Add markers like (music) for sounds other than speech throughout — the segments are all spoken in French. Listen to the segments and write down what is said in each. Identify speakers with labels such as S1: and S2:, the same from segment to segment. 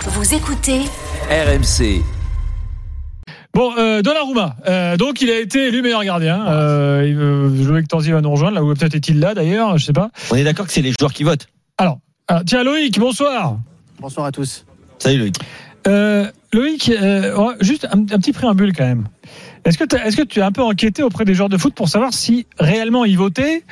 S1: Vous écoutez
S2: RMC.
S3: Bon, euh, Donnarumma, euh, donc il a été élu meilleur gardien. Euh, il, euh, je veux que Tanzi va nous rejoindre, là où peut-être est-il là d'ailleurs, je sais pas.
S4: On est d'accord que c'est les joueurs qui votent.
S3: Alors, alors, tiens Loïc, bonsoir.
S5: Bonsoir à tous.
S4: Salut Loïc.
S3: Euh, Loïc, euh, on va- juste un, un petit préambule quand même. Est-ce que, t'as- est-ce que tu as un peu enquêté auprès des joueurs de foot pour savoir si réellement ils votaient,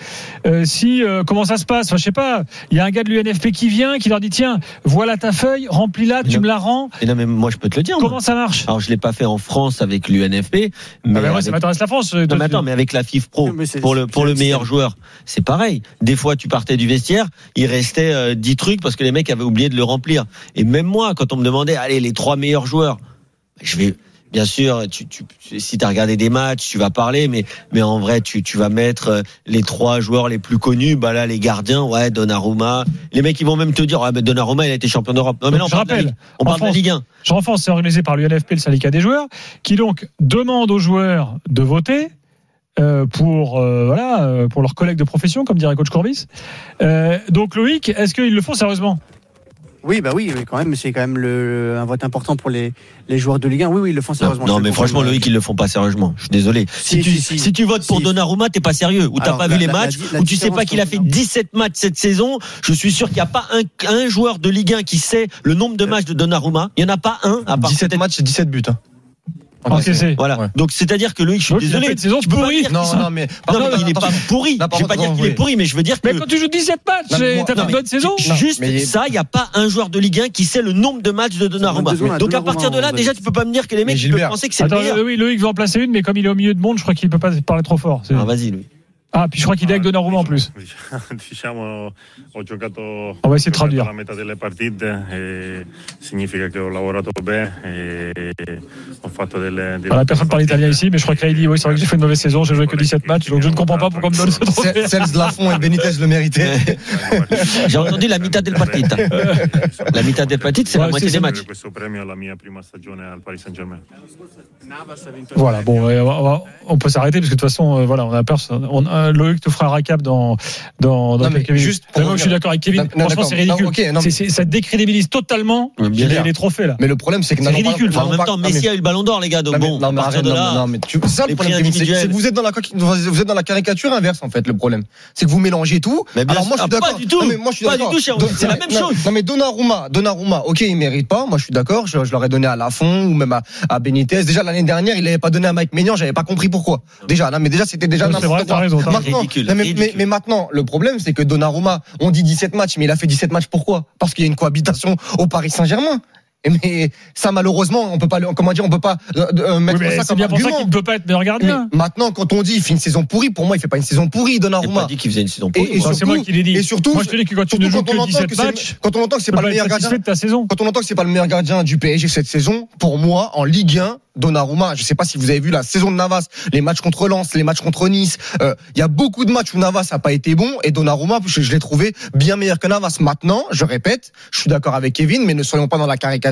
S3: euh, si euh, comment ça se passe Enfin, Je sais pas. Il y a un gars de l'UNFP qui vient, qui leur dit tiens, voilà ta feuille, remplis-la, tu
S4: Non.
S3: me la rends.
S4: Et non, mais moi, je peux te le dire. moi.
S3: Comment ça marche
S4: Alors, je l'ai pas fait en France avec l'UNFP, mais,
S3: Ah bah moi, ça
S4: avec-
S3: m'intéresse la France.
S4: Non,
S3: Toi,
S4: mais
S3: tu-
S4: attends, mais avec la FIF Pro,
S5: Oui, mais c'est-
S4: pour le, pour
S5: c'est
S4: le
S5: le
S4: meilleur
S5: système.
S4: joueur, c'est pareil. Des fois, tu partais du vestiaire, il restait euh, 10 trucs parce que les mecs avaient oublié de le remplir. Et même moi, quand on me demandait, allez, les trois meilleurs joueurs, bah, je vais, bien sûr, tu, tu, si tu as regardé des matchs, tu vas parler, mais, mais en vrai, tu, tu vas mettre euh, les trois joueurs les plus connus, bah là, les gardiens, ouais, Donnarumma. Les mecs, ils vont même te dire, ouais, mais Donnarumma, il a été champion d'Europe. Non, mais là, on
S3: Je
S4: parle de la
S3: rappelle,
S4: Ligue- on
S3: en
S4: parle de la
S3: France,
S4: Ligue 1.
S3: Je renforce, c'est organisé par l'UNFP, le syndicat des joueurs, qui donc demande aux joueurs de voter euh, pour, euh, voilà, euh, pour leurs collègues de profession, comme dirait Coach Courbis. Euh, donc Loïc, est-ce qu'ils le font sérieusement
S5: Oui, bah oui, mais quand même, c'est quand même le, un vote important pour les, les joueurs de Ligue 1. Oui, oui, ils le font
S4: Non,
S5: sérieusement.
S4: non,
S5: je le
S4: mais
S5: confirme.
S4: franchement, Loïc, ils le font pas sérieusement. Je suis désolé.
S5: Si,
S4: Si, tu,
S5: si, si.
S4: si tu votes pour
S5: Si.
S4: Donnarumma, t'es pas sérieux. Ou t'as
S5: Alors,
S4: pas
S5: la-
S4: vu les
S5: la-
S4: matchs,
S5: la- la
S4: ou tu sais pas
S5: différence
S4: qu'il a
S5: entre
S4: fait
S5: Donnarumma-
S4: 17 matchs cette saison. Je suis sûr qu'il n'y a pas un, un joueur de Ligue 1 qui sait le nombre
S5: Euh.
S4: de matchs de Donnarumma. Il n'y en a pas un, à part
S6: 17
S4: peut-être-
S6: matchs, 17 buts. hein.
S3: Encaissé.
S4: Voilà.
S6: Ouais.
S4: Donc, c'est-à-dire que Loïc, Ah bah, je
S3: Donc,
S4: suis
S3: il a
S4: désolé.
S3: fait une saison
S4: tu peux pas
S3: pourrie.
S4: dire qu'il
S6: Non,
S4: soit-
S6: non, mais par
S4: Non,
S6: contre,
S4: mais il n'est
S6: par-
S4: pas pourri.
S6: par-
S4: Je vais pas dire qu'il est
S6: oui.
S4: pourri, mais je veux dire que.
S3: (laughs) Mais quand tu joues 17 matchs,
S6: Non, mais
S3: et
S6: moi-
S3: t'as fait
S6: non,
S3: une
S6: mais-
S3: bonne saison
S6: Non,
S4: Juste
S6: mais-
S4: ça, il n'y a pas un joueur de Ligue 1 qui sait le nombre de matchs de Donnarumma.
S5: besoin d'un
S4: Donc à
S5: Donnarumma,
S4: partir de
S5: à hein, un
S4: là,
S5: moment
S4: déjà,
S5: donné.
S4: tu peux pas me dire que les mecs ils peuvent
S6: Gilbert.
S4: penser que c'est le
S3: Attends,
S4: meilleur.
S3: euh, oui, Loïc veut en placer une, mais comme il est au milieu de monde, je crois qu'il peut pas parler trop fort. C'est-
S4: Ah, bah, Vas-y, lui.
S3: Ah, puis je crois qu'il est avec Donnarumma en plus.
S7: Diciamo, ho giocato,
S3: Ah, vai, si
S7: ho giocato
S3: traduire.
S7: la metà delle partite, e significa che ho lavorato bene e ho fatto delle... delle
S3: Voilà, personne parle italien ici, mais je crois qu'il dit, oui, c'est vrai que j'ai fait une mauvaise saison, j'ai joué que
S7: Voilà,
S3: 17 matchs, donc je ne comprends pas pourquoi on me donne ce trophée.
S6: (laughs) Cel- Cels, Lafont et Benitez le méritaient.
S4: J'ai entendu la mitad del partita. La mitad del partita, c'est
S3: Ouais,
S4: la moitié
S3: c'est
S4: des
S3: ça.
S4: matchs.
S7: Questo premio alla mia prima stagione al Paris Saint-Germain.
S3: Voilà, bon, euh, on, va- on peut s'arrêter parce que de toute façon, euh, voilà, on a personne. On, euh, Loïc te fera un récap dans dans, dans
S6: Non, mais
S3: quelques minutes.
S6: juste pour
S3: Vraiment, je suis
S6: revenir-
S3: d'accord avec Kevin.
S6: Non, non,
S3: Franchement, c'est
S6: d'accord.
S3: ridicule.
S6: Non, ok, non, mais-
S3: C'est- c'est- ça décrédibilise totalement
S4: Mais bien
S3: les,
S6: sûr.
S3: les trophées là.
S6: Mais le problème, c'est que
S3: C'est
S6: n'allons pas-
S3: ridicule.
S6: n'allons
S4: Enfin, en même
S6: pas-
S4: temps,
S6: non, mais-
S4: Messi a eu le ballon d'or, les gars. Donc
S6: Non, mais-
S4: bon,
S6: non,
S4: à
S6: mais
S4: partir
S6: arrête,
S4: de
S6: non,
S4: là.
S6: non, mais tu- c'est ça
S4: les
S6: le problème,
S4: prix
S6: Kevin, c'est que-
S4: individuels.
S6: c'est que vous êtes dans la coque- vous êtes dans la caricature inverse en fait. Le problème, c'est que vous mélangez tout.
S4: Mais bien
S6: Alors moi je
S4: sûr.
S6: suis
S4: Ah, pas
S6: d'accord.
S4: du tout.
S6: Non, mais moi je suis
S4: Pas
S6: d'accord.
S4: du tout, cher-
S6: Don-
S4: c'est la
S6: non,
S4: même
S6: non,
S4: chose.
S6: Non mais Donnarumma, Donnarumma, ok il mérite pas. Moi je suis d'accord. Je, je l'aurais donné à Lafont ou même à, à Benitez. Déjà l'année dernière il l'avait pas donné à Mike Maignan. J'avais pas compris pourquoi. Déjà, non mais déjà c'était déjà
S3: C'est
S6: n'importe
S3: vrai, t'as
S6: quoi.
S3: raison, t'as raison.
S6: Maintenant,
S4: Ridicule,
S6: non, mais-
S4: ridicule.
S6: mais- mais maintenant le problème c'est que Donnarumma, on dit 17 matchs, mais il a fait 17 matchs pourquoi Parce qu'il y a une cohabitation au Paris Saint-Germain. Et Mais ça malheureusement on peut pas le- comment dire on peut pas euh, euh,
S3: Oui,
S6: mettre
S3: mais
S6: ça
S3: c'est
S6: comme
S3: bien pour ça
S6: argument.
S3: qu'il ne peut pas être meilleur gardien.
S6: Mais maintenant, quand on dit il fait une saison pourrie, pour moi, il fait pas une saison pourrie,
S4: J'ai pas
S6: Donnarumma.
S4: dit qu'il faisait une saison
S6: Et,
S4: pourrie.
S6: et
S3: Enfin,
S4: moi.
S3: c'est
S6: surtout,
S3: moi qui l'ai dit.
S6: et surtout,
S3: Moi, je te dis que quand tu
S6: surtout
S3: ne joues
S6: quand
S3: que
S6: on entend
S3: 17
S6: que c'est-
S3: matchs,
S6: quand on entend que c'est
S3: tu peux
S6: pas le
S3: pas
S6: meilleur
S3: être
S6: gardien,
S3: satisfait de ta saison.
S6: quand on entend que c'est pas le meilleur gardien du PSG cette saison, pour moi, en Ligue 1, Donnarumma, je sais pas si vous avez vu la saison de Navas, les matchs contre Lens, les matchs contre Nice, euh, il y a beaucoup de matchs où Navas a pas été bon et Donnarumma, je, je l'ai trouvé bien meilleur que Navas. Maintenant, je répète, je suis d'accord avec Kevin, mais ne soyons pas dans la caricature.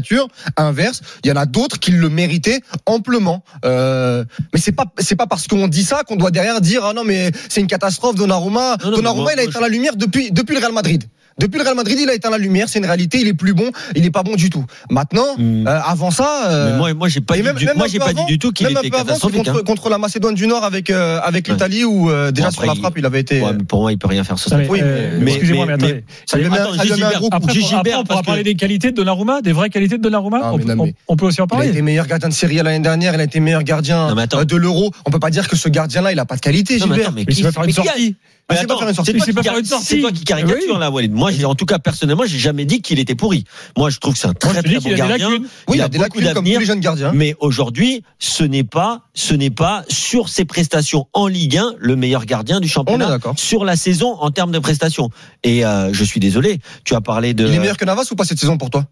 S6: Inverse, il y en a d'autres qui le méritaient amplement. Euh, mais c'est pas c'est pas parce qu'on dit ça qu'on doit derrière dire ah non mais c'est une catastrophe Donnarumma.
S4: Non, non, mais
S6: Donnarumma,
S4: moi,
S6: il a
S4: moi,
S6: éteint la lumière depuis depuis le Real Madrid. Depuis le Real Madrid, il a éteint la lumière, c'est une réalité, il est plus bon, il est pas bon du tout. Maintenant,
S4: Hmm.
S6: euh, avant ça, euh,
S4: Mais moi, moi, j'ai pas
S6: et
S4: dit
S6: même-
S4: du-
S6: même
S4: moi,
S6: un
S4: j'ai
S6: peu
S4: pas dit
S6: avant-
S4: du tout qu'il
S6: même un
S4: était
S6: peu avant, c'est
S4: catastrophique.
S6: contre,
S4: hein.
S6: contre la Macédoine du Nord avec euh, avec
S4: Ouais.
S6: l'Italie où euh, déjà
S4: Bon,
S6: sur
S4: après,
S6: la frappe, il, avait été
S4: Ouais, mais Pour moi, il peut rien faire sur
S3: Non,
S4: cette
S3: mais,
S6: oui,
S3: euh,
S4: mais-
S3: excusez-moi, mais,
S4: mais-
S3: attendez.
S6: ça lui
S4: Mais
S6: met un-
S4: attends,
S6: ça lui met un
S4: Gilbert,
S6: gros coup.
S3: Après,
S4: Gilles
S3: on- après,
S4: Gilbert,
S3: on pourra
S4: parce que-
S3: parler des qualités de Donnarumma, des vraies qualités de Donnarumma.
S6: Ah, mais
S3: on,
S6: non, mais-
S3: on- on peut aussi en
S6: Il a
S3: parler.
S6: été meilleur gardien de Serie A l'année dernière, il a été meilleur gardien
S4: Non, mais attends.
S6: euh, de l'euro. On peut pas dire que ce gardien-là, il a pas de qualité,
S4: Non, mais
S6: Gilbert.
S4: attends, mais
S3: Mais
S4: qui-
S3: tu vas faire une
S4: mais qui a-
S3: sortie.
S4: Mais
S6: Ah, c'est pas
S4: attends,
S6: faire une sortie.
S4: c'est toi
S3: C'est
S4: qui
S3: pas faire
S4: cari-
S3: une sortie.
S4: c'est toi qui caricature
S3: Oui.
S4: là, Walid. Moi, j'ai- en tout cas, personnellement, j'ai jamais dit qu'il était pourri. Moi, je trouve que c'est un
S3: Moi,
S4: très
S3: je te dis
S4: très bon
S3: qu'il a des
S4: gardien.
S3: lacunes.
S6: oui, il
S4: il
S6: a
S4: a
S6: des
S4: beaucoup
S6: lacunes hein. comme
S4: d'avenir,
S6: tous les jeunes gardiens.
S4: Mais aujourd'hui, ce n'est pas, ce n'est pas sur ses prestations en Ligue 1 le meilleur gardien du
S6: On est
S4: championnat
S6: d'accord.
S4: sur la saison en termes de prestations. Et euh, je suis désolé, tu as parlé de.
S6: Il est meilleur que Navas ou pas cette saison pour toi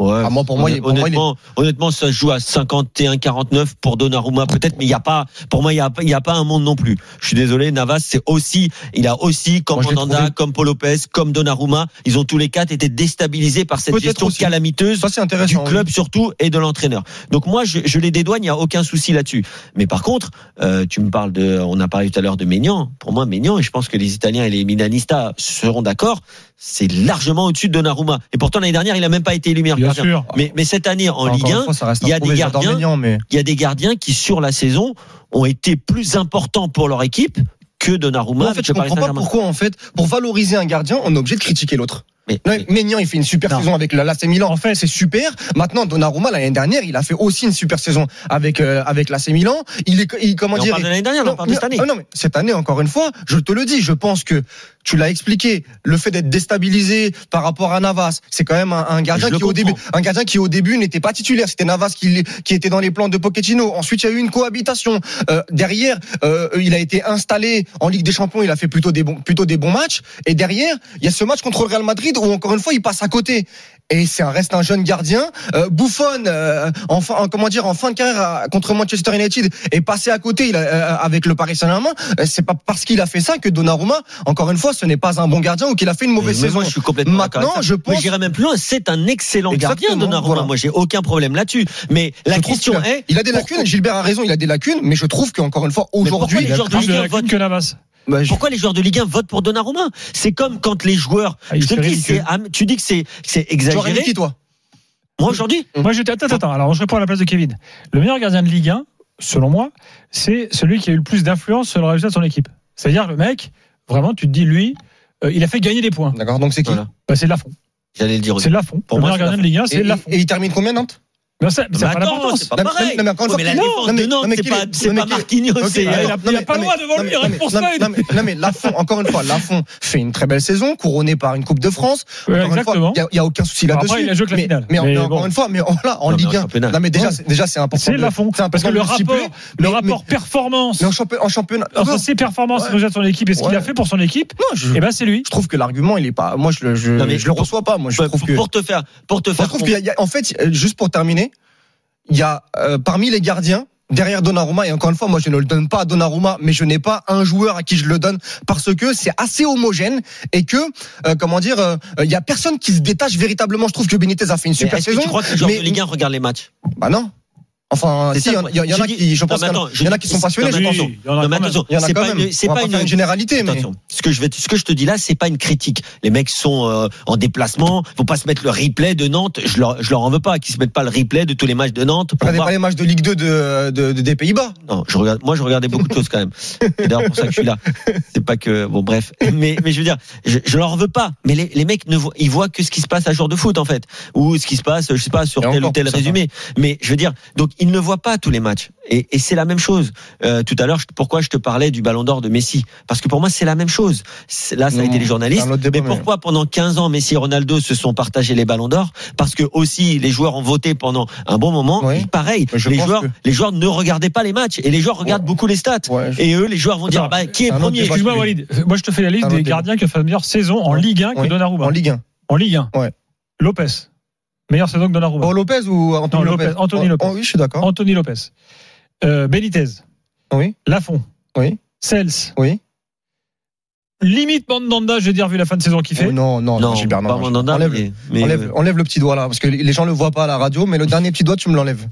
S4: euh, Ouais.
S6: Ah, moi, pour moi, il est- pour moi, il est-
S4: honnêtement, honnêtement, ça se joue à 51-49 pour Donnarumma peut-être, mais il y a pas, pour moi, il y a, pas- il y a pas un monde non plus. Je suis désolé, Navas, c'est aussi, il a aussi comme
S6: Moi, je l'ai
S4: Mandanda,
S6: trouvé-
S4: comme Paul Lopez, comme Donnarumma, ils ont tous les quatre été déstabilisés par cette
S6: Peut-être
S4: gestion
S6: aussi.
S4: calamiteuse
S6: Ça c'est
S4: du
S6: intéressant.
S4: club surtout et de l'entraîneur. Donc moi, je, je les dédouane, il n'y a aucun souci là-dessus. Mais par contre, euh, tu me parles de, on a parlé tout à l'heure de Maignan. Pour moi, Maignan, et je pense que les Italiens et les Milanistas seront d'accord, c'est largement au-dessus de Donnarumma. Et pourtant l'année dernière, il n'a même pas été élu meilleur
S3: Bien
S4: gardien.
S3: sûr.
S4: Mais, mais cette année, en
S6: Encore
S4: Ligue
S6: une
S4: 1,
S6: fois, ça reste
S4: il y a
S6: un
S4: des
S6: proviseur
S4: gardiens-
S6: d'Arménian, mais
S4: il y a des gardiens qui, sur la saison, ont été plus importants pour leur équipe que Donnarumma.
S6: Moi, en fait,
S4: avec
S6: je
S4: le Paris
S6: comprends pas
S4: Saint-Germain.
S6: pourquoi, en fait, pour valoriser un gardien, on est obligé de critiquer l'autre.
S4: Mais-
S6: Non,
S4: mais-
S6: Maignan, il fait une super
S3: Non.
S6: saison avec la l'AC Milan.
S3: En fait-
S6: c'est super. Maintenant, Donnarumma l'année dernière, il a fait aussi une super saison avec euh, avec l'AC Milan. Il est, il- comment
S4: Mais on
S6: dire
S4: parle de l'année dernière, on parle de
S6: mais-
S4: cette année.
S6: ah non, mais cette année, encore une fois, je te le dis, je pense que tu l'as expliqué, le fait d'être déstabilisé par rapport à Navas, c'est quand même un, un gardien
S4: Je le
S6: qui au
S4: comprends.
S6: début, un gardien qui au début n'était pas titulaire, c'était Navas qui, l'est- qui était dans les plans de Pochettino. Ensuite, il y a eu une cohabitation. Euh, derrière, euh, il a été installé en Ligue des Champions, il a fait plutôt des bons, plutôt des bons matchs. Et derrière, il y a ce match contre le Real Madrid où encore une fois, il passe à côté. Et c'est un reste un jeune gardien. Euh, Buffon, euh, en fin- en- comment dire, en fin de carrière à- contre Manchester United, est passé à côté il a- euh, avec le Paris Saint-Germain. Euh, C'est pas parce qu'il a fait ça que Donnarumma, encore une fois, ce n'est pas un bon gardien ou qu'il a fait une
S4: Mais
S6: mauvaise
S4: moi,
S6: saison.
S4: je suis complètement d'accord
S6: Maintenant,
S4: avec ça.
S6: je
S4: Mais
S6: pense-
S4: j'irai même plus loin. C'est un excellent gardien,
S6: Exactement,
S4: Donnarumma.
S6: voilà.
S4: Moi, j'ai aucun problème là-dessus. Mais la
S6: Je trouve
S4: question
S6: qu'il a-
S4: est.
S6: il a des lacunes.
S4: pourquoi-
S6: Gilbert a raison, il a des lacunes, mais je trouve qu'encore une fois,
S4: pourquoi
S6: aujourd'hui,
S4: les gens de
S3: Plus
S4: Ligue
S3: de
S4: 1
S3: lacunes
S4: votent
S3: que Navas.
S6: bah, je-
S4: Pourquoi les joueurs de Ligue 1 votent pour Donnarumma C'est comme quand les joueurs.
S3: Ah, il
S4: je te
S3: fait
S4: dis,
S3: ridicule.
S4: c'est am- tu dis que c'est c'est
S6: tu aurais mis qui
S4: exagéré.
S6: toi
S4: Moi aujourd'hui,
S3: Moi, j'étais. Attends, attends, attends. Alors, je réponds à la place de Kevin. Le meilleur gardien de Ligue 1, selon moi, c'est celui qui a eu le plus d'influence sur le résultat de son équipe. C'est-à-dire, le mec, vraiment, tu te dis, lui, euh, il a fait gagner des points.
S6: D'accord, donc c'est qui
S4: Voilà.
S3: Bah, c'est Lafont.
S4: j'allais le dire.
S3: C'est
S4: aussi.
S3: Lafont.
S4: Pour
S3: le
S4: moi,
S3: meilleur
S4: c'est
S3: gardien de Ligue 1, c'est
S6: et,
S3: Lafont.
S6: et il termine combien Nantes
S3: Mais ça mais
S4: Mais
S3: ça n'a pas
S4: Bah, attends,
S3: d'importance.
S4: c'est pas
S6: Non, mais-
S4: pareil.
S6: non, mais encore une
S4: Ouais, mais
S6: fois,
S4: la
S6: non,
S4: défense
S6: non, mais-
S4: de Nantes,
S6: non, mais
S4: c'est
S6: qui-
S4: pas-
S6: non,
S4: c'est
S6: mais
S4: pas
S6: qui-
S4: Marquinhos.
S6: Ok,
S4: c'est-
S6: ouais,
S3: il a- il a pas
S6: non,
S3: le droit
S6: mais-
S3: devant
S6: non,
S3: lui,
S6: mais-
S3: rien que
S6: non,
S3: pour
S6: mais-
S3: ça, il-
S6: Non mais, non, mais Lafont, encore une fois, Lafont fait une très belle saison, couronnée par une Coupe de France.
S3: Ouais,
S6: Encore une fois,
S3: exactement.
S6: Il y a- il y a, aucun souci
S3: Après,
S6: là-dessus.
S3: il a joué que la
S6: mais,
S3: finale.
S6: Mais, en-
S3: Mais
S6: mais
S3: bon.
S6: encore une fois, mais en- là, en
S4: Non, mais en
S6: Ligue 1.
S4: championnat.
S6: Non mais déjà,
S3: Ouais.
S6: c'est- déjà c'est important.
S3: C'est
S6: de-
S3: Lafont.
S6: c'est important
S3: Parce que
S6: de
S3: le
S6: stipuler,
S3: rapport,
S6: mais-
S3: le
S6: mais-
S3: rapport performance
S6: mais en champion- en championnat. Non,
S3: entre ses performances et
S6: Ouais.
S3: le résultat de son équipe et ce qu'il a
S6: Ouais. Mmh.
S3: fait pour son équipe,
S6: non, je,
S3: et ben c'est lui.
S6: je trouve que l'argument il est pas. Moi je le je,
S4: Non, mais-
S6: je le reçois pas. Moi je
S4: Bah,
S6: trouve
S4: pour-
S6: que.
S4: Pour te faire, pour te
S6: Moi,
S4: faire.
S6: je trouve qu'il y a- il y a- en fait, euh, juste pour terminer, il y a euh, parmi les gardiens. Derrière Donnarumma, et encore une fois, moi je ne le donne pas à Donnarumma, mais je n'ai pas un joueur à qui je le donne parce que c'est assez homogène et que, euh, comment dire, euh, il y a personne qui se détache véritablement. Je trouve que Benitez a fait une
S4: Mais
S6: super
S4: est-ce que
S6: saison.
S4: tu crois que les joueurs
S6: mais-
S4: de Ligue 1 regardent les matchs
S6: Bah non. Enfin,
S4: C'est
S6: si,
S4: ça,
S6: il y, en-
S4: quoi.
S6: il y en- il y en
S4: Je
S6: a
S4: dis-
S6: qui, je
S4: non,
S6: pense,
S4: mais
S6: qu'il y en a-
S4: attends,
S6: il y en a qui sont passionnés,
S4: non,
S6: je
S4: mais-
S6: pense.
S3: Il y en a
S4: Non, mais
S3: quand même.
S4: attention,
S6: Il y en a
S4: c'est
S6: quand
S4: pas
S6: même.
S4: une- c'est
S6: On va
S4: pas
S6: pas faire
S4: une-
S6: une généralité, mais.
S4: Attention, ce que je vais, ce que je te dis là, c'est pas une critique. Les mecs sont euh, en déplacement, faut pas se mettre le replay de Nantes. Je leur, je leur en veux pas qu'ils se mettent pas le replay de tous les matchs de Nantes. Pour
S6: Regardez
S4: voir.
S6: pas les matchs de Ligue 2 de, de- de- des Pays-Bas.
S4: Non, je regarde, moi je regardais beaucoup de choses quand même. C'est d'ailleurs pour ça que je suis là. C'est pas que bon, bref. Mais, mais je veux dire, je, je leur en veux pas. Mais les, les mecs ne voient, ils voient que ce qui se passe à jour de foot en fait, ou ce qui se passe, je sais pas, sur
S6: Et
S4: tel ou
S6: encore
S4: tel
S6: pour ça,
S4: résumé. Mais je veux dire, donc ils ne voient pas tous les matchs. Et, et c'est la même chose. Euh, tout à l'heure, je- pourquoi je te parlais du Ballon d'Or de Messi Parce que pour moi, c'est la même chose. C'est- Là, Ah, ça a
S6: Non,
S4: été les journalistes.
S6: c'est un autre débat,
S4: mais
S6: mais-
S4: pourquoi pendant 15 ans, Messi et Ronaldo se sont partagés les Ballons d'Or Parce que aussi, les joueurs ont voté pendant un bon moment.
S6: Oui.
S4: Et Pareil,
S6: Mais Bah, je
S4: les
S6: pense
S4: joueurs,
S6: que- Oh.
S4: les joueurs ne regardaient pas les matchs et les joueurs regardent
S6: Ouais.
S4: beaucoup les stats.
S6: Ouais, je-
S4: Et eux, les joueurs vont dire
S3: Attends,
S4: bah, qui est
S6: un autre
S4: premier
S6: débat.
S3: Excuse-moi,
S6: Ah je-
S3: Walid. Moi, je te fais la liste
S6: Un
S3: des
S6: autre débat.
S3: gardiens qui ont fait la meilleure saison en
S6: Ouais.
S3: Ligue 1 que
S6: Ouais.
S3: Donnarumma.
S6: En Ligue 1.
S3: En Ligue 1.
S6: Ouais.
S3: Lopez. Meilleure saison que Donnarumma.
S6: Paul Lopez ou Anthony
S3: Non, Lopez,
S6: Lopez,
S3: Anthony
S6: Oh,
S3: Lopez.
S6: oh, oui, je suis d'accord.
S3: Anthony Lopez. Euh, Benitez.
S6: Oui.
S3: Lafont.
S6: Oui.
S3: Sels.
S6: Oui.
S3: Limite Mandanda, j'ai déjà vu la fin de saison qu'il fait.
S6: Oh, non, non,
S4: Non,
S6: Gilbert, non.
S4: pas
S6: non,
S4: Mandanda,
S6: enlève,
S4: mais- mais,
S6: enlève,
S4: euh,
S6: enlève le petit doigt là, parce que les gens le voient pas à la radio, mais le dernier petit doigt, tu me l'enlèves.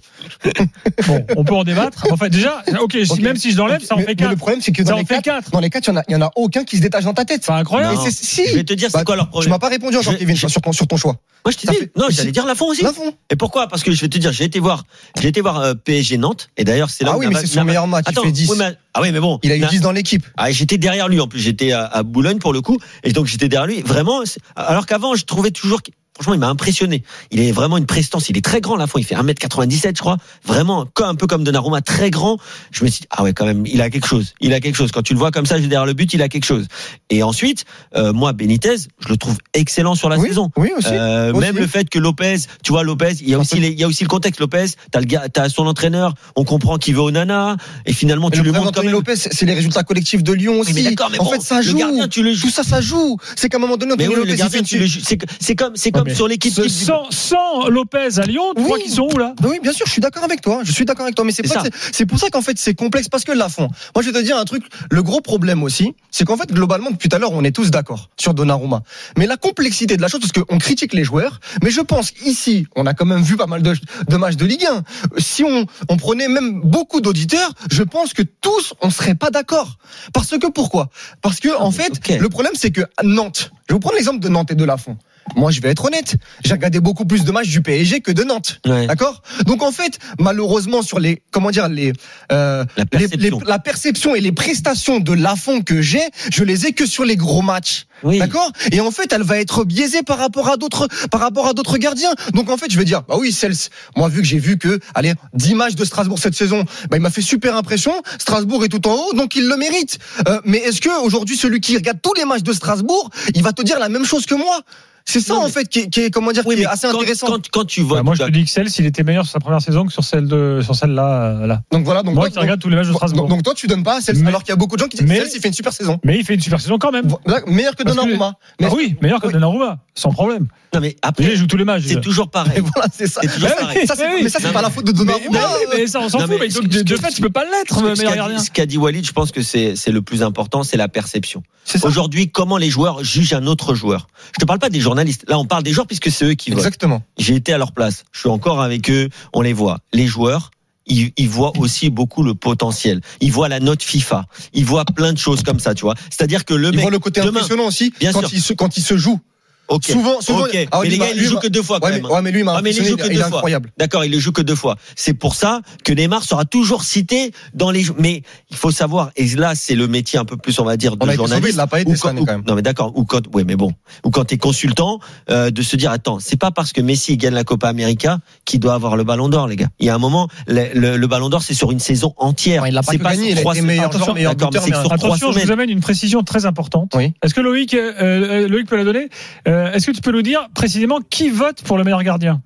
S3: Bon, on peut en débattre. Enfin, déjà, ok, si-
S6: Ok.
S3: même si je l'enlève, ça en
S6: mais,
S3: fait
S6: mais le
S3: 4.
S6: problème, c'est que
S3: Ça
S6: dans
S3: en
S6: les,
S3: fait
S6: quatre,
S3: 4.
S6: dans les quatre, il y en a- il y, en a aucun qui se détache dans ta tête.
S3: C'est incroyable.
S6: Et
S4: Non.
S6: c'est- si.
S4: Je vais te dire c'est
S6: Bah,
S4: quoi leur
S6: Tu
S4: problème.
S6: m'as pas répondu encore,
S4: Je-
S6: Kevin,
S4: je-
S6: sur, ton, sur ton choix. hein.
S4: Moi je te
S6: ça
S4: dis,
S6: fait-
S4: non, j'allais dire Lafont aussi.
S6: Là, fond.
S4: Et pourquoi Parce que je vais te dire, j'ai été voir, j'ai été voir euh, PSG Nantes et d'ailleurs c'est là
S6: Ah
S4: où
S6: oui, mais
S4: Navas-
S6: c'est son
S4: Navas-
S6: meilleur match, il
S4: Attends,
S6: fait 10.
S4: oui, mais- ah oui, mais bon,
S6: Il a eu
S4: Na-
S6: 10 dans l'équipe.
S4: Ah, j'étais derrière lui en plus, j'étais à, à Boulogne pour le coup, et donc j'étais derrière lui. Vraiment, c'est- alors qu'avant, je trouvais toujours. que- Franchement, il m'a impressionné. Il est vraiment une prestance. Il est très grand, Lafont. Il fait 1m97, je crois. Vraiment, comme- un peu comme Donnarumma, très grand. Je me suis dit, ah ouais, quand même, il a quelque chose. Il a quelque chose. Quand tu le vois comme ça, juste derrière le but, il a quelque chose. Et ensuite, euh, moi, Benitez, je le trouve excellent sur la
S6: oui,
S4: saison.
S6: oui, aussi.
S4: Euh,
S6: aussi.
S4: même le fait que Lopez, tu vois Lopez, il y a aussi les- il y a aussi le contexte Lopez, t'as le gars, t'as son entraîneur, on comprend qu'il veut au Nana et finalement
S6: Et
S4: tu
S6: le
S4: lui
S6: problème
S4: montres quand
S6: d'Anthony
S4: même
S6: Lopez, c'est les résultats collectifs de Lyon aussi.
S4: Oui, mais d'accord, mais
S6: en
S4: bon,
S6: fait, ça
S4: le
S6: joue.
S4: gardien, tu le joues.
S6: Tout ça, ça joue. C'est qu'à un moment donné,
S4: Mais
S6: Anthony
S4: oui,
S6: Lopez,
S4: le
S6: il fait
S4: gardien,
S6: une
S4: tu le ju- c'est que- c'est comme, c'est comme
S3: mais
S4: sur l'équipe
S3: Ce-
S4: type du-
S3: Sans, sans Lopez à Lyon, tu
S6: Oui.
S3: crois qu'ils sont où là
S6: Ben oui, bien sûr, je suis d'accord avec toi. Je suis d'accord avec toi, mais c'est
S4: C'est
S6: pas-
S4: ça.
S6: c'est- c'est pour ça qu'en fait c'est complexe parce que Lafont. Moi, je vais te dire un truc. Le gros problème aussi, c'est qu'en fait globalement depuis tout à l'heure, on est tous d'accord sur Donnarumma. Mais la complexité de la chose, parce qu'on critique les joueurs, mais je pense ici, on a quand même vu pas mal de, de matchs de Ligue 1. Si on, on prenait même beaucoup d'auditeurs, je pense que tous on serait pas d'accord. Parce que pourquoi Parce que en fait,
S4: Ah, ok.
S6: le problème c'est que à Nantes. Je vais vous prendre l'exemple de Nantes et de Lafont. Moi, je vais être honnête. J'ai regardé beaucoup plus de matchs du PSG que de Nantes.
S4: Ouais.
S6: D'accord Donc, en fait, malheureusement, sur les. Comment dire les, euh,
S4: La
S6: les-
S4: perception.
S6: les- La perception et les prestations de Lafont que j'ai, je les ai que sur les gros matchs.
S4: Oui.
S6: D'accord Et en fait, elle va être biaisée par rapport à d'autres, par rapport à d'autres gardiens. Donc en fait, je vais dire, bah oui, Cels. Moi, vu que j'ai vu que, allez, 10 matchs de Strasbourg cette saison, bah il m'a fait super impression. Strasbourg est tout en haut, donc il le mérite. Euh, mais est-ce que aujourd'hui, celui qui regarde tous les matchs de Strasbourg, il va te dire la même chose que moi C'est ça
S4: Non,
S6: en
S4: mais-
S6: fait qui est, qui est, comment dire,
S4: Oui,
S6: qui est
S4: mais
S6: assez
S4: quand-
S6: intéressant.
S4: Quand, quand tu vois.
S3: Bah, moi,
S4: tu
S3: je
S4: vas-
S3: te dis que celle, s'il était meilleur sur sa première saison que sur celle de, sur celle-là, euh, là.
S6: Donc voilà, donc
S3: Moi,
S6: toi,
S3: qui regarde tous les matchs de
S6: donc-
S3: Strasbourg.
S6: donc- donc toi, tu donnes pas à Cels,
S3: Mais-
S6: alors qu'il y a beaucoup de gens qui disent
S3: mais-
S6: Cels, il fait une super saison.
S3: Mais il fait une super saison quand même.
S6: Voilà, meilleur que
S3: Parce que-
S6: Donnarumma. Mais-
S3: Ah oui, meilleur que
S6: Oui.
S3: Donnarumma, sans problème.
S4: Non, mais
S3: Déjà, il
S4: après,
S3: joue tous les matchs.
S4: c'est toujours
S6: (laughs) Et
S4: pareil.
S6: voilà, c'est ça.
S4: C'est toujours
S3: Mais oui.
S4: pareil.
S6: Ça, c'est-
S3: Eh oui.
S6: mais ça, c'est
S4: Non,
S6: pas la faute de
S3: Mais, mais
S6: Donnarumma.
S3: Bah, oui, mais ça, on s'en
S4: Non,
S3: fout.
S4: mais
S3: mais donc,
S4: ce
S3: de,
S4: que-
S3: de
S4: ce
S3: fait,
S4: que-
S3: tu peux pas l'être,
S4: Ce
S3: mais
S4: que- ce
S3: meilleur
S4: qu'a
S3: gardien.
S4: dit- ce qu'a dit Walid, je pense que c'est c'est le plus important, c'est la perception.
S6: C'est ça.
S4: Aujourd'hui, comment les joueurs jugent un autre joueur Je te parle pas des journalistes. Là, on parle des joueurs puisque c'est eux qui votent.
S6: Exactement.
S4: J'ai été à leur place. Je suis encore avec eux. On les voit. Les joueurs, ils, ils voient aussi beaucoup le potentiel. Ils voient la note FIFA. Ils voient plein de choses comme ça, tu vois. C'est-à-dire que le
S6: Il
S4: mec,
S6: voit le côté
S4: demain,
S6: impressionnant aussi
S4: Bien
S6: quand
S4: sûr.
S6: il, se, quand il se joue.
S4: ok,
S6: Souvent, souvent.
S4: ok.
S6: Ah oui,
S4: mais les
S6: il m'a-
S4: gars, ils
S6: lui,
S4: le jouent
S6: m'a-
S4: que deux fois quand
S6: Ouais,
S4: même.
S6: mais, ouais, mais lui, il m'a
S4: Ah, mais il
S6: impressionné,
S4: joue que
S6: il est-
S4: deux
S6: il est
S4: fois.
S6: incroyable.
S4: D'accord, il le joue que deux fois. C'est pour ça que Neymar sera toujours cité dans les. jou- Mais il faut savoir, et là, c'est le métier un peu plus, on va dire, de
S6: On a été sauvé,
S4: journaliste.
S6: il l'a pas
S4: ou
S6: été cette
S4: quand,
S6: année
S4: ou-
S6: quand même.
S4: Non mais d'accord, ou quand ouais mais bon, ou quand t'es consultant euh, de se dire attends, c'est pas parce que Messi gagne la Copa América qu'il doit avoir le Ballon d'Or les gars. Il y a un moment le, le- le Ballon d'Or c'est sur une saison entière.
S6: Ouais, il l'a pas
S4: c'est
S6: que gagné, il a été
S4: semaines.
S6: meilleur joueur,
S4: Attention,
S6: meilleur
S4: d'accord, mais
S6: buteur,
S4: c'est que
S6: meilleur-
S4: sur trois
S3: Attention, je
S4: semaines.
S3: vous amène une précision très importante.
S6: Oui.
S3: Est-ce que Loïc, euh, euh, Loïc peut la donner Euh, Est-ce que tu peux nous dire précisément qui vote pour le meilleur gardien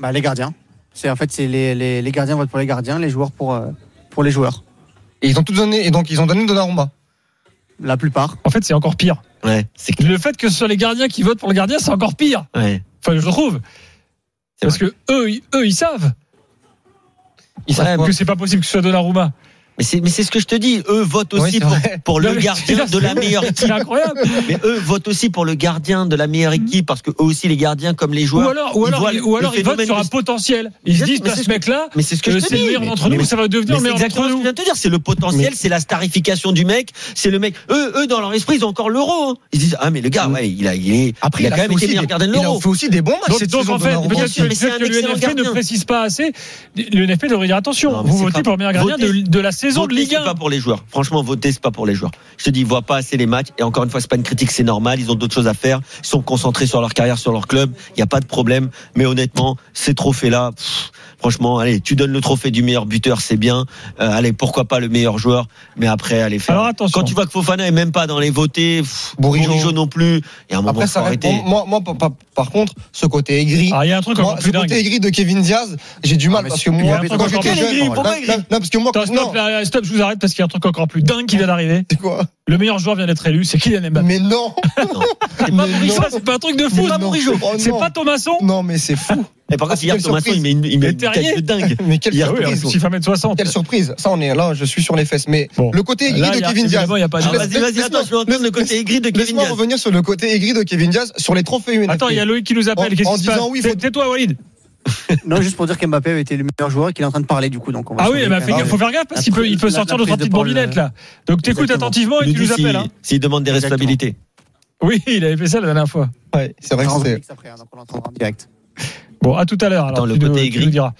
S5: Bah, les gardiens. C'est, en fait, c'est les, les, les gardiens votent pour les gardiens, les joueurs pour, euh, pour les joueurs.
S6: Et ils ont tout donné, et donc ils ont donné Donnarumma.
S5: La
S6: (laughs)
S5: plupart.
S3: En fait, c'est encore pire.
S4: Ouais, c'est clair.
S3: Le fait que ce soit les gardiens qui votent pour le gardien, c'est encore pire.
S4: Ouais.
S3: Enfin, je trouve.
S4: C'est
S3: Parce que eux, ils- eux, ils savent
S6: Ils
S4: savent
S6: savent
S4: quoi.
S3: que c'est pas possible que ce soit Donnarumma.
S4: Mais c'est mais c'est ce que je te dis, eux votent
S6: Oui,
S4: aussi
S6: c'est
S4: pour,
S6: vrai.
S4: pour
S3: Non,
S4: le
S3: mais
S4: gardien
S3: c'est-
S4: de la meilleure
S3: (laughs)
S4: équipe.
S3: C'est incroyable.
S4: Mais eux votent aussi pour le gardien de la meilleure équipe parce que eux aussi les gardiens comme les
S3: Mmh. ou
S4: joueurs.
S3: alors, ou
S4: ils
S3: alors,
S4: voient
S3: ils- ou
S4: le
S3: alors ils votent
S4: phénomène
S3: sur un
S4: du-
S3: potentiel. Ils se
S4: Bien sûr,
S3: disent,
S4: mais
S3: bah,
S4: c'est
S3: ce
S4: ce que-
S3: mec-là,
S4: Mais c'est ce que
S3: euh,
S4: je te
S3: c'est
S4: dis.
S3: le meilleur
S4: mais-
S3: d'entre
S4: mais-
S3: nous, ça va devenir
S4: Mais
S3: le
S4: c'est
S3: meilleur d'entre
S4: exactement ce que je
S3: nous.
S4: viens de te dire, c'est le potentiel, c'est la starification du mec, c'est le mec. Eux, eux dans leur esprit, ils ont encore l'euro. hein. Ils disent ah mais le
S3: Mmh.
S4: gars, ouais, il a, il est,
S6: Après,
S4: il a quand
S6: fait
S4: même été
S6: aussi
S4: meilleur
S6: des-
S4: gardien de
S6: il a
S4: l'euro.
S6: fait aussi des bons matchs.
S3: Donc,
S6: cette
S3: donc,
S6: saison,
S3: en fait,
S6: Donnarumma.
S3: peut-être
S4: sûr, mais
S3: peut-être
S4: c'est un
S3: que
S4: excellent
S3: l'UNFP ne
S4: gardien.
S3: précise pas assez. L'UNFP devrait dire attention,
S4: Non, mais
S3: vous
S4: c'est
S3: votez
S4: pas-
S3: pour le meilleur gardien
S4: votez-
S3: de, de la saison
S4: Voter,
S3: de Ligue
S4: c'est
S3: 1.
S4: pas pour les joueurs. Franchement, voter c'est pas pour les joueurs. Je te dis, ils voient pas assez les matchs. Et encore une fois, c'est pas une critique, c'est normal. Ils ont d'autres choses à faire. Ils sont concentrés sur leur carrière, sur leur club. Il y a pas de problème. Mais honnêtement, ces trophées-là, pff, franchement, allez, tu donnes le trophée du meilleur buteur, c'est bien. Euh, allez, pourquoi pas le meilleur joueur. Mais après, allez faire.
S3: Alors, attention.
S4: Quand tu vois que Fofana est même pas dans les votés, pff,
S6: Bourigeaud.
S4: Bourigeaud non plus. Il y a un moment,
S6: Après,
S4: faut
S6: ça répond-
S4: arrêter.
S6: Moi, moi, par- par- par contre, ce côté aigri.
S3: Ah, il y a un truc
S6: Moi,
S3: encore
S6: ce
S3: plus dingue.
S6: côté aigri de Kevin Diaz, j'ai du
S5: Ah,
S6: mal
S5: mais
S6: parce
S5: c'est-
S6: que moi,
S3: il y a un
S6: quand
S3: truc
S6: j'étais
S3: encore
S6: jeune,
S3: plus
S4: aigri,
S6: non,
S4: pourquoi aigri
S6: non, parce que moi,
S3: Attends,
S6: non,
S3: stop, là, stop, je vous arrête parce qu'il y a un truc encore plus dingue qui vient d'arriver.
S6: c'est quoi
S3: Le meilleur joueur vient d'être élu, c'est Kylian Mbappé.
S6: Mais non,
S3: (laughs)
S4: C'est
S6: mais
S4: pas
S6: non.
S4: Bourigeaud.
S3: Ça, Bah. Ah c'est pas un truc de
S6: Mais
S3: fou.
S6: non. Oh,
S3: C'est
S6: non.
S3: pas Thomasson.
S6: non, mais c'est fou.
S4: Et par contre, hier,
S6: Quelle
S4: Thomasson,
S6: surprise.
S4: il met une, il met
S3: Et
S4: une
S3: Terrier.
S4: tête de dingue.
S6: (laughs) Mais quelle
S4: Hier,
S3: Ah oui, un
S6: surprise.
S3: petit fameux de 60.
S6: Quelle surprise. Ça, on est là, je suis sur les fesses. Mais
S3: Bon.
S6: le côté aigri
S3: Là,
S6: de
S3: il y a-
S6: Kevin Diaz.
S3: évidemment, il y a pas de-
S4: Ah,
S6: Laisse-
S4: Vas-y, vas-y,
S6: laisse-
S4: attends, je vais entendre le côté aigri de Kevin
S6: Laisse-moi
S4: Diaz.
S6: revenir sur le côté aigri de Kevin Diaz, sur les trophées UNFP.
S3: Attends, il y a Loïc qui nous appelle.
S6: En-
S3: Qu'est-ce
S6: en
S3: qui se passe
S6: disant oui,
S3: Tais-
S6: faut-
S3: Tais-toi, Walid.
S5: Non, juste pour dire qu'Mbappé avait été le meilleur joueur et qu'il est en train de parler, du coup. Donc on va
S3: Ah oui,
S5: surveiller
S3: il m'a
S5: quand
S3: fait
S5: même.
S3: gaffe. faut faire gaffe parce
S5: La
S3: qu'il peut,
S5: prise-
S3: il peut
S5: la-
S3: sortir
S5: la
S3: de trois
S5: prise de
S3: petites
S5: parole,
S3: bourbinettes, là. Donc t'écoutes
S5: Exactement.
S3: attentivement et
S4: Il
S3: tu nous
S4: dit
S3: appelles.
S4: s'il-
S3: hein.
S4: S'il demande des
S5: Exactement.
S4: responsabilités.
S3: Oui, il avait fait ça la dernière fois.
S6: Ouais, c'est vrai que
S5: On
S6: c'est.
S5: mixe après, hein, donc on l'entendra en direct.
S3: Bon, à tout à l'heure. alors,
S4: Attends, le
S3: tu nous-
S4: côté
S3: tu
S4: aigri.
S3: nous diras.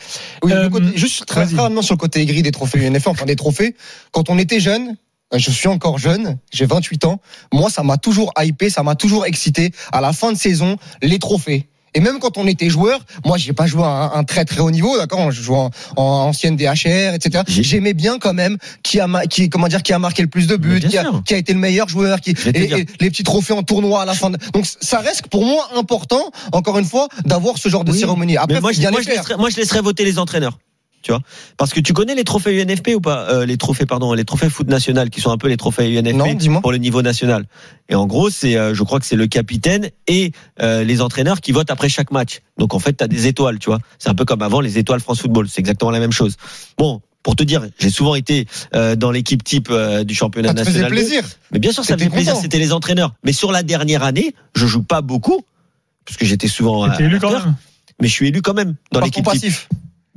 S6: Oui, le
S3: Euh,
S6: côté- juste très
S3: vas-y.
S6: rapidement sur le côté aigri des trophées UNFA, enfin des trophées. Quand on était jeune, euh, je suis encore jeune, j'ai 28 ans, moi ça m'a toujours hypé, ça m'a toujours excité à la fin de saison, les trophées. Et même quand on était joueur, moi j'ai pas joué à un, un très très haut niveau, d'accord, je jouais en, en ancienne DHR, etc.
S4: J'ai-
S6: J'aimais bien quand même qui a ma- qui comment dire qui a marqué le plus de
S4: Mais
S6: buts,
S4: bien
S6: qui a,
S4: sûr.
S6: qui a été le meilleur joueur, qui
S4: vais te
S6: et-
S4: dire.
S6: et les petits trophées en tournoi à la fin. de- Donc ça reste pour moi important, encore une fois, d'avoir ce genre de
S4: Oui.
S6: cérémonie. Après,
S4: Mais moi,
S6: faut
S4: je,
S6: bien
S4: moi,
S6: les
S4: je
S6: faire.
S4: laisserais, moi, je laisserais voter les entraîneurs. Tu vois Parce que tu connais les trophées UNFP ou pas Euh, Les trophées, pardon, les trophées foot national qui sont un peu les trophées UNFP
S6: Non, dis-moi.
S4: pour le niveau national. Et en gros, c'est, euh, je crois que c'est le capitaine et euh, les entraîneurs qui votent après chaque match. Donc en fait, t'as des étoiles, tu vois. C'est un peu comme avant les étoiles France Football. C'est exactement la même chose. Bon, pour te dire, j'ai souvent été euh, dans l'équipe type euh, du championnat
S6: Ça te faisait
S4: national. deux.
S6: Ah, plaisir.
S4: Mais bien sûr, ça me
S6: T'étais
S4: fait plaisir.
S6: content.
S4: C'était les entraîneurs. Mais sur la dernière année, je joue pas beaucoup parce que j'étais souvent.
S3: T'es
S4: euh,
S3: élu quand
S4: acteur,
S3: même.
S4: Mais je suis élu quand même dans
S6: par ton
S4: l'équipe type.
S6: passif.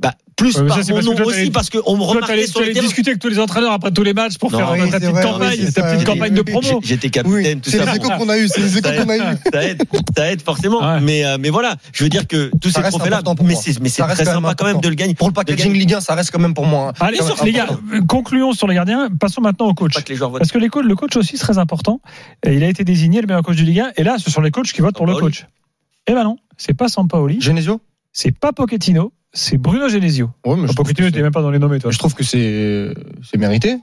S4: Bah, plus
S3: Ouais, mais ça,
S4: par
S3: c'est
S4: mon
S3: parce que
S4: nom
S3: toi, t'allais-
S4: aussi parce qu'on me
S3: Toi, tu
S4: remarquait
S3: allais,
S4: sur les terrains.
S3: discuter avec tous les entraîneurs après tous les matchs pour
S4: Non,
S3: faire
S4: oui,
S3: ta
S6: c'est
S3: petite
S6: vrai,
S3: campagne,
S6: oui, c'est
S3: ta
S6: ça,
S3: petite
S6: oui,
S3: campagne de promo.
S4: J'étais
S6: Oui,
S4: capitaine, tout
S6: c'est
S4: ça.
S6: les
S4: bon,
S6: échos qu'on a eu, c'est les échos
S4: Ça aide,
S6: qu'on a eu.
S4: ça aide, ça aide forcément.
S3: Ouais.
S4: Mais, euh, mais voilà, je veux dire que tous
S6: Ça
S4: ces
S6: reste
S4: trophées-là,
S6: important pour
S4: mais
S6: moi.
S4: c'est mais c'est
S6: Ça reste
S4: très
S6: quand même
S4: sympa quand même de le gagner.
S6: Pour le packaging Ligue 1, ça reste quand même pour moi. hein.
S3: Allez,
S6: Quand même
S3: les gars,
S6: important.
S3: concluons sur les gardiens, passons maintenant au coach.
S4: Pas que les joueurs votent.
S3: Parce que les co- le coach aussi, c'est très important. Et il a été désigné le meilleur coach du Ligue 1. Et là, ce sont les coachs qui votent pour le
S4: Sampaoli.
S3: coach. Eh ben non, c'est pas Sampaoli,
S6: Genesio
S3: c'est pas Pochettino, c'est Bruno Genesio.
S6: Ouais, mais je trouve que
S3: Pochettino, t'es
S6: c'est-
S3: même pas dans les nommés, toi.
S6: je trouve que c'est c'est mérité.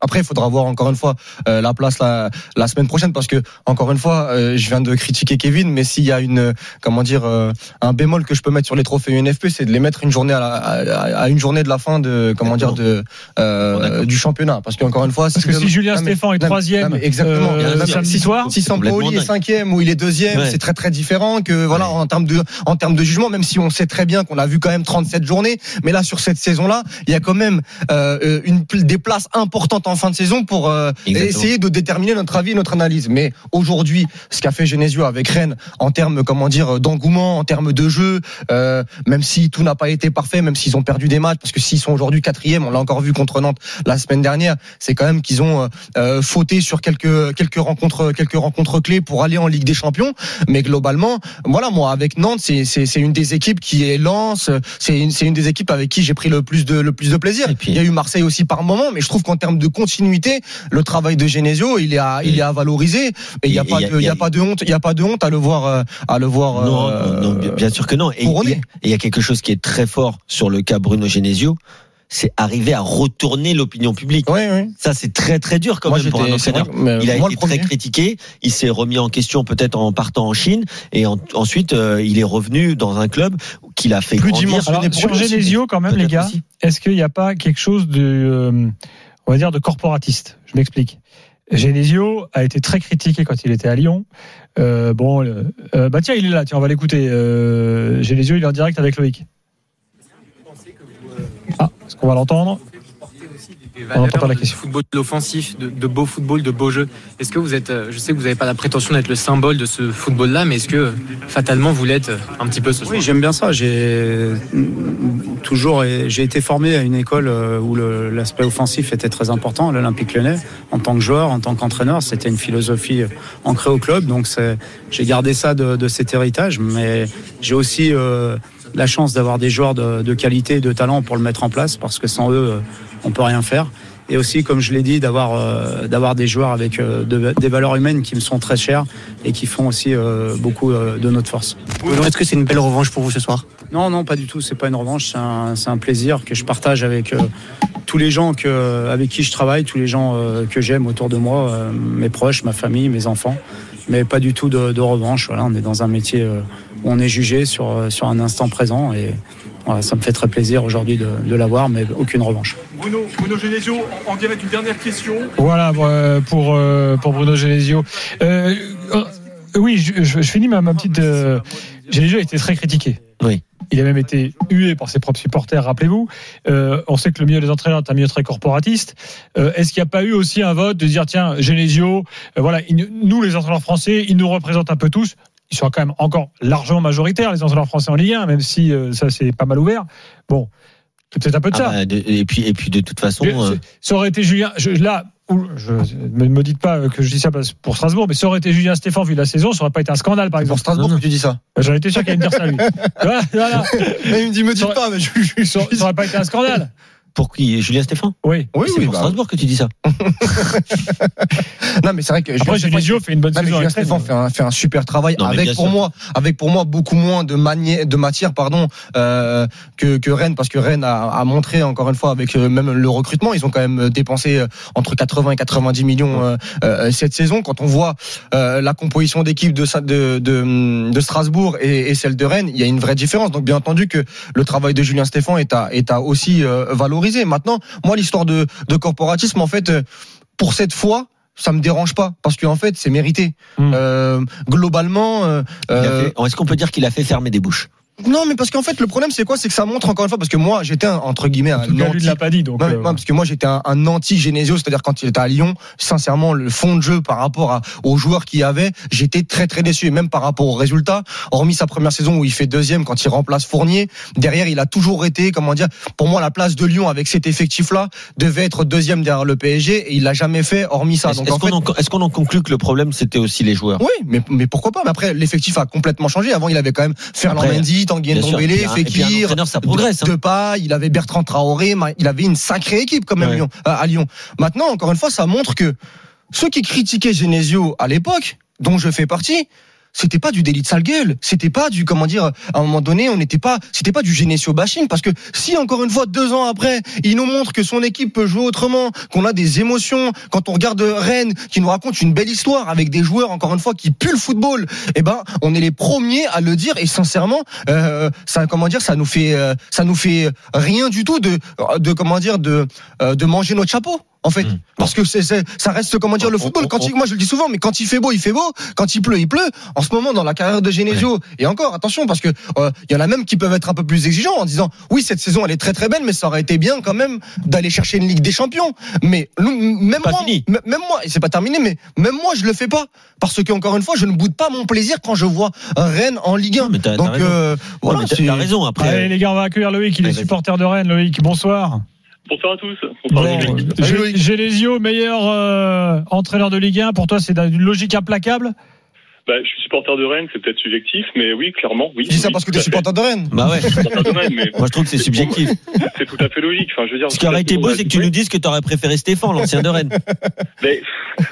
S6: Après, il faudra voir encore une fois euh, la place la, la semaine prochaine parce que encore une fois, euh, je viens de critiquer Kevin, mais s'il y a une euh, comment dire euh, un bémol que je peux mettre sur les trophées UNFP, c'est de les mettre une journée à, la- à- à une journée de la fin de comment dire de
S4: Bon,
S6: euh,
S4: d'accord.
S6: du championnat parce qu'encore une fois,
S3: Parce que
S6: demain-
S3: si Julien
S6: Non, mais-
S3: Stéphane est
S6: non, mais-
S3: troisième
S6: non, mais exactement.
S3: euh,
S4: Il y a un-
S3: samedi soir,
S6: si
S4: complètement
S6: Sampaoli est
S4: dingue.
S6: cinquième ou il est deuxième,
S4: Ouais.
S6: c'est très très différent que voilà
S4: Ouais.
S6: en termes de en termes de jugement. Même si on sait très bien qu'on a vu quand même 37 journées, mais là sur cette saison-là, il y a quand même euh, euh, une pl- des places importantes en fin de saison pour euh,
S4: Exactement.
S6: essayer de déterminer notre avis, et notre analyse. Mais aujourd'hui, ce qu'a fait Genesio avec Rennes en termes comment dire d'engouement, en termes de jeu, euh, même si tout n'a pas été parfait, même s'ils ont perdu des matchs, parce que s'ils sont aujourd'hui quatrième, on l'a encore vu contre Nantes la semaine dernière, c'est quand même qu'ils ont euh, euh, fauté sur quelques quelques rencontres quelques rencontres clés pour aller en Ligue des Champions. Mais globalement, voilà, moi avec Nantes, c'est c'est c'est une des équipes qui est lance, c'est une c'est une des équipes avec qui j'ai pris le plus de le plus de plaisir.
S4: Et puis-
S6: Il y a eu Marseille aussi par moment, mais je trouve qu'en termes de continuité, le travail de Genesio, il est à il est à valoriser. Et il y a
S4: Et-
S6: pas
S4: et
S6: de, il y a pas de honte, il y a pas de honte à le voir euh, à le voir.
S4: Non,
S6: euh,
S4: non, bien- bien sûr que non. Et il y,
S6: couronné.
S4: a- et il y a quelque chose qui est très fort sur le cas Bruno Genesio, c'est arriver à retourner l'opinion publique.
S6: Ouais, ouais.
S4: Ça, c'est très très dur quand
S6: Moi,
S4: même pour un
S6: j'étais- c'est
S4: entraîneur.
S6: vrai, mais
S4: Il a
S6: Euh, moi,
S4: été
S6: le premier.
S4: très critiqué. Il s'est remis en question peut-être en partant en Chine. Et en- ensuite, euh, il est revenu dans un club qu'il a fait
S6: Plus
S4: grandir.
S6: dimensionné
S3: Alors,
S6: pour
S3: sur
S6: lui aussi,
S3: Genesio, quand même, les
S4: peut-être
S3: gars,
S4: aussi.
S3: est-ce qu'il n'y a pas quelque chose de, euh, on va dire, de corporatiste Je m'explique. Genesio a été très critiqué quand il était à Lyon. Euh, bon, le- euh, bah tiens, il est là, tiens, on va l'écouter. Euh, Genesio, il est en direct avec Loïc. Ah, est-ce qu'on va l'entendre
S1: des
S3: On entend pas la
S1: valeurs de
S3: question.
S1: football offensif, de, de beau football, de beau jeu. Est-ce que vous êtes, euh, je sais que vous n'avez pas la prétention d'être le symbole de ce football-là, mais est-ce que euh, fatalement vous l'êtes euh, un petit peu ce soir
S2: Oui, j'aime bien ça. J'ai toujours, j'ai été formé à une école euh, où le- l'aspect offensif était très important, à l'Olympique Lyonnais. En tant que joueur, en tant qu'entraîneur, c'était une philosophie euh, ancrée au club. Donc, c'est- j'ai gardé ça de, de cet héritage, mais j'ai aussi euh, la chance d'avoir des joueurs de, de qualité et de talent pour le mettre en place, parce que sans eux, euh, on peut rien faire. Et aussi, comme je l'ai dit, d'avoir euh, d'avoir des joueurs avec euh, de- des valeurs humaines qui me sont très chères et qui font aussi euh, beaucoup euh, de notre force.
S5: Bruno, Est-ce que c'est une belle revanche pour vous ce soir
S2: Non, non, pas du tout. C'est pas une revanche. C'est un, c'est un plaisir que je partage avec euh, tous les gens que, avec qui je travaille, tous les gens euh, que j'aime autour de moi, euh, mes proches, ma famille, mes enfants. Mais pas du tout de, de revanche. Voilà, on est dans un métier euh, où on est jugé sur, euh, sur un instant présent et voilà, ça me fait très plaisir aujourd'hui de, de l'avoir, mais aucune revanche.
S8: Bruno, Bruno Genesio, en direct, une dernière question.
S3: Voilà pour, euh, pour, euh, pour Bruno Genesio. Euh, euh, oui, je, je- je finis ma, ma petite. euh, Genesio a été très critiqué.
S4: Oui.
S3: Il a même été hué par ses propres supporters, rappelez-vous. Euh, on sait que le milieu des entraîneurs est un milieu très corporatiste. Euh, Est-ce qu'il n'y a pas eu aussi un vote de dire, tiens, Genesio, euh, voilà, il- nous les entraîneurs français, ils nous représentent un peu tous. Ils sont quand même encore largement majoritaires, les entraîneurs français en Ligue 1, même si euh, ça c'est pas mal ouvert. Bon, c'est peut-être un peu de
S4: Ah
S3: ça.
S4: bah, de- et puis et puis de toute façon,
S3: Je-
S4: euh,
S3: c'est- Ça aurait été Julien. Je, là, ou- je ne me dites pas euh, que je dis ça parce- pour Strasbourg, mais ça aurait été Julien Stéphane vu la saison, ça aurait pas été un scandale, par
S6: C'est pour
S3: exemple.
S6: Strasbourg que tu dis ça.
S3: J'en étais sûr qu'il allait me dire ça, lui.
S6: (laughs)
S3: Voilà, voilà.
S6: Mais il me dit, me dis
S3: Sur-
S6: pas, mais je, je- je-
S3: Ça ça aurait pas été un scandale.
S4: pour qui Julien Stéphane
S3: Oui.
S6: Oui,
S4: C'est
S6: oui,
S4: pour
S6: bah,
S4: Strasbourg que tu dis ça.
S6: Non, mais c'est vrai que
S3: Après,
S6: Julien
S3: Genesio fait une bonne
S6: Non, mais
S3: saison. avec
S6: Julien Stéphane
S3: Rennes.
S6: fait un, fait un super travail
S4: Non, mais
S6: avec
S4: bien
S6: pour
S4: sûr.
S6: moi avec pour moi beaucoup moins de manière de matière pardon euh, que, que Rennes parce que Rennes a, a montré encore une fois avec euh, même le recrutement ils ont quand même dépensé euh, entre 80 et 90 millions euh, euh, cette saison quand on voit euh, la composition d'équipe de, Sa- de, de, de Strasbourg et, et celle de Rennes il y a une vraie différence donc bien entendu que le travail de Julien Stéphane est à, est à aussi euh, valoriser maintenant moi l'histoire de, de corporatisme en fait euh, pour cette fois ça me dérange pas parce que en fait c'est mérité
S3: Mm.
S6: euh, globalement, euh,
S4: Hmm. Il a
S6: euh,
S4: fait- Est-ce qu'on peut dire qu'il a fait fermer des bouches
S6: Non, mais parce qu'en fait, le problème, c'est quoi C'est que ça montre encore une fois, parce que moi, j'étais un, entre guillemets
S3: En
S6: un
S3: tout cas, lui, il
S6: anti.
S3: l'a pas dit. Donc,
S6: Non, mais
S3: euh,
S6: moi, parce que moi, j'étais un, un anti-Genesio, c'est-à-dire quand il était à Lyon, sincèrement, le fond de jeu par rapport à- aux joueurs qu'il y avait, j'étais très très déçu. Et même par rapport aux résultats, hormis sa première saison où il fait deuxième quand il remplace Fournier, derrière, il a toujours été, comment dire, pour moi, la place de Lyon avec cet effectif-là devait être deuxième derrière le PSG et il l'a jamais fait, hormis ça.
S4: Est-ce
S6: Donc,
S4: est-ce
S6: en
S4: qu'on
S6: fait,
S4: en, est-ce qu'on en conclut que le problème c'était aussi les joueurs
S6: oui, mais, mais pourquoi pas Mais après, l'effectif a complètement changé. Avant, il avait quand même Fernand
S4: Après,
S6: Mendy, Tanguy
S4: Bien sûr. Et puis
S6: Ndombele,
S4: un- et puis un
S6: Fekir,
S4: entraîneur, ça progresse. hein.
S6: de Depay, il avait Bertrand Traoré, ma- il avait une sacrée équipe quand même
S4: Ouais.
S6: Lyon- euh, à Lyon. Maintenant, encore une fois, ça montre que ceux qui critiquaient Genesio à l'époque, dont je fais partie, c'était pas du délit de sale gueule, c'était pas du comment dire à un moment donné, on n'était pas c'était pas du Genesio bashing parce que si encore une fois deux ans après, il nous montre que son équipe peut jouer autrement, qu'on a des émotions, quand on regarde Rennes qui nous raconte une belle histoire avec des joueurs encore une fois qui puent le football, eh ben on est les premiers à le dire et sincèrement euh, ça comment dire ça nous fait euh, ça nous fait rien du tout de de comment dire de euh, de manger notre chapeau en fait parce que c'est c'est- ça reste comment dire le
S4: Mmh. On-
S6: football
S4: on-
S6: quand il- moi je le dis souvent mais quand il fait beau il fait beau quand il pleut il pleut en ce moment dans la carrière de Genesio et encore attention parce que euh, il y en a même qui peuvent être un peu plus exigeants en disant oui cette saison elle est très très belle mais ça aurait été bien quand même d'aller chercher une Ligue des Champions mais nous, m- même
S4: Pas
S6: moi
S4: fini.
S6: m- même moi et c'est pas terminé mais même moi je le fais pas parce que encore une fois je ne boude pas mon plaisir quand je vois Rennes en Ligue 1
S4: Non, mais t'as-
S6: donc
S4: t'as raison.
S6: euh,
S4: Ouais,
S6: voilà
S4: mais t'as-
S6: c'est-
S4: t'as raison après.
S3: Allez, les gars, on va accueillir Loïc, il est
S4: Allez, vas-y.
S3: supporter de Rennes. Loïc, bonsoir.
S8: Bonsoir à tous. Bonsoir
S3: Bon,
S8: à
S3: euh,
S8: toute l'équipe.
S6: Salut,
S3: Gé-
S6: Loïc.
S3: Genesio, meilleur euh, entraîneur de Ligue 1. Pour toi, c'est d'une logique implacable.
S8: Bah, je suis supporter de Rennes, c'est peut-être subjectif, mais oui, clairement, oui.
S6: Je dis ça
S8: oui,
S6: parce que
S8: tout
S6: t'es
S8: à fait.
S6: supporter de Rennes.
S4: Bah ouais.
S8: Supporter de Rennes, mais
S4: Moi je trouve que c'est subjectif.
S8: c'est tout à fait logique. Enfin, je veux dire,
S4: Ce qui aurait été beau, c'est que tu nous dises que t'aurais préféré Stéphane, l'ancien de Rennes.
S8: Mais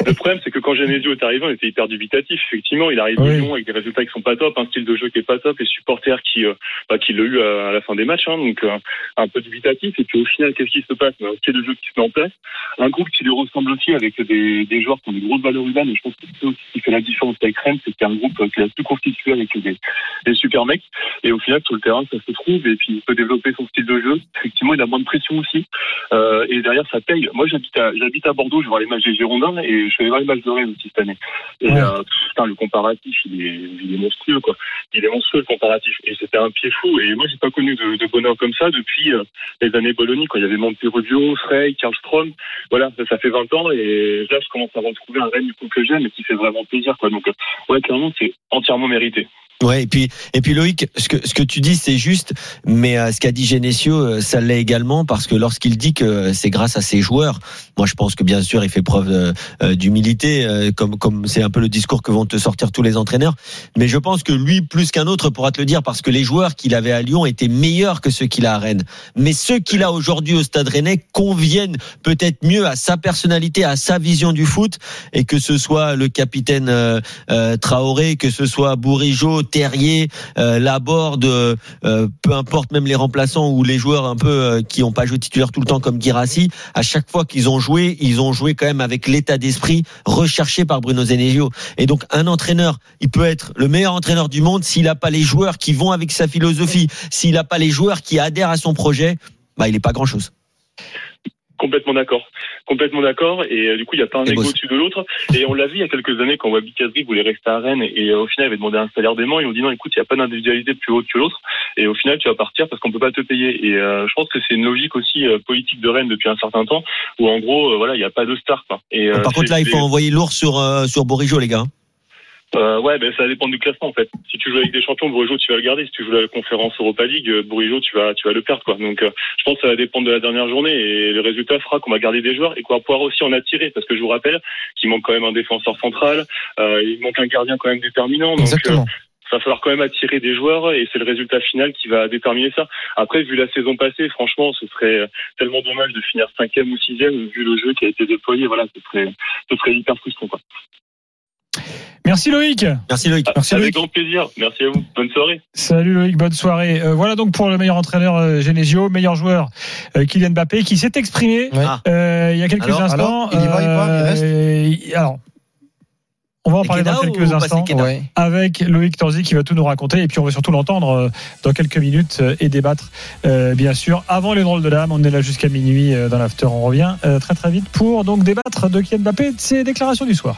S8: le problème, c'est que quand Genesio est arrivé, on était hyper dubitatif. Effectivement, il arrive de
S3: Oui.
S8: Lyon avec des résultats qui sont pas top, un style de jeu qui est pas top, les supporters qui, euh, bah, qui l'ont eu à, à la fin des matchs, hein, donc euh, un peu dubitatif. Et puis au final, qu'est-ce qui se passe Un style de jeu qui se met en place, un groupe qui lui ressemble aussi avec des, des joueurs qui ont des grosses valeurs urbaines. Et je pense que c'est ça aussi qui fait la différence avec Rennes, c'est qu'il y a un groupe euh, qui est tout constitué avec des, des super mecs. Et au final, sur le terrain, ça se trouve. Et puis il peut développer son style de jeu. Effectivement, il a moins de pression aussi. Euh, et derrière, ça paye. Moi, j'habite à, j'habite à Bordeaux, je vois les matchs des Girondins et je fais voir les matchs de Rennes aussi cette année. Et
S3: Ouais.
S8: euh, putain, le comparatif, il est, il est monstrueux, quoi. Il est monstrueux, le comparatif. Et c'était un pied fou. Et moi, j'ai pas connu de, de bonheur comme ça depuis euh, les années Bologna, quoi. Il y avait Monterubio, Frey, Karlstrom. Voilà, ça, ça fait 20 ans. Et là, je commence à retrouver un Rennes du coup que j'aime et qui fait vraiment plaisir, quoi. Donc, euh, ouais, clairement, c'est entièrement mérité.
S4: Ouais, et puis et puis Loïc, ce que ce que tu dis c'est juste, mais euh, ce qu'a dit Genesio, euh, ça l'est également parce que lorsqu'il dit que euh, c'est grâce à ses joueurs, moi je pense que bien sûr il fait preuve euh, euh, d'humilité, euh, comme comme c'est un peu le discours que vont te sortir tous les entraîneurs, mais je pense que lui plus qu'un autre pourra te le dire parce que les joueurs qu'il avait à Lyon étaient meilleurs que ceux qu'il a à Rennes, mais ceux qu'il a aujourd'hui au Stade Rennais conviennent peut-être mieux à sa personnalité, à sa vision du foot, et que ce soit le capitaine. euh, euh, Traoré, que ce soit Bourigeau, Terrier, euh, Laborde, euh, euh, peu importe même les remplaçants ou les joueurs un peu euh, qui n'ont pas joué titulaire tout le temps comme Girassi, à chaque fois qu'ils ont joué, ils ont joué quand même avec l'état d'esprit recherché par Bruno Zenegio. Et donc un entraîneur, il peut être le meilleur entraîneur du monde s'il n'a pas les joueurs qui vont avec sa philosophie, s'il n'a pas les joueurs qui adhèrent à son projet, bah il n'est pas grand chose.
S8: Complètement d'accord. Complètement d'accord. Et euh, du coup, il n'y a pas un
S4: Et
S8: égo
S4: boss.
S8: au-dessus de l'autre. Et on l'a vu il y a quelques années quand Wabi Kazri voulait rester à Rennes et euh, au final, il avait demandé un salaire dément. Ils ont dit non, écoute, il n'y a pas d'individualité plus haute que l'autre. Et au final, tu vas partir parce qu'on peut pas te payer. Et euh, je pense que c'est une logique aussi euh, politique de Rennes depuis un certain temps où en gros, euh, voilà, il n'y a pas de star. quoi. Et, euh,
S4: Par contre
S8: c'est-
S4: là, il faut
S8: c'est-
S4: envoyer lourd sur euh, sur Bourigeau les gars.
S8: euh, ouais, ben, ça dépend du classement en fait. Si tu joues avec des champions, Bourigeau, tu vas le garder. Si tu joues la conférence Europa League, euh, Bourigeau, tu vas, tu vas le perdre. Quoi. Donc euh, je pense que ça va dépendre de la dernière journée et le résultat fera qu'on va garder des joueurs et qu'on va pouvoir aussi en attirer parce que je vous rappelle qu'il manque quand même un défenseur central, euh, il manque un gardien quand même déterminant. Donc, euh,
S6: Exactement.
S8: ça va falloir quand même attirer des joueurs et c'est le résultat final qui va déterminer ça. Après, vu la saison passée, franchement, ce serait euh, tellement dommage de finir cinquième ou sixième vu le jeu qui a été déployé. Voilà, ce serait, ce serait hyper frustrant. Quoi.
S3: Merci Loïc.
S4: Merci Loïc.
S8: Avec grand plaisir. Merci à vous. Bonne soirée.
S3: Salut Loïc, bonne soirée. Euh, voilà donc pour le meilleur entraîneur euh, Genesio, meilleur joueur euh, Kylian Mbappé qui s'est exprimé
S6: Ouais.
S4: Ah.
S3: euh, il y a quelques
S4: Alors,
S3: instants.
S6: alors, il y va, il part, il reste
S3: Euh, il- alors, on va en parler dans
S4: Kedao
S3: quelques
S4: ou pas, c'est
S3: instants.
S4: Kedao
S6: Ouais.
S3: avec Loïc Torzi qui va tout nous raconter et puis on va surtout l'entendre euh, dans quelques minutes euh, et débattre euh, bien sûr avant les drôles de l'âme on est là jusqu'à minuit euh, dans l'after on revient euh, très très vite pour donc débattre de Kylian Mbappé et de ses déclarations du soir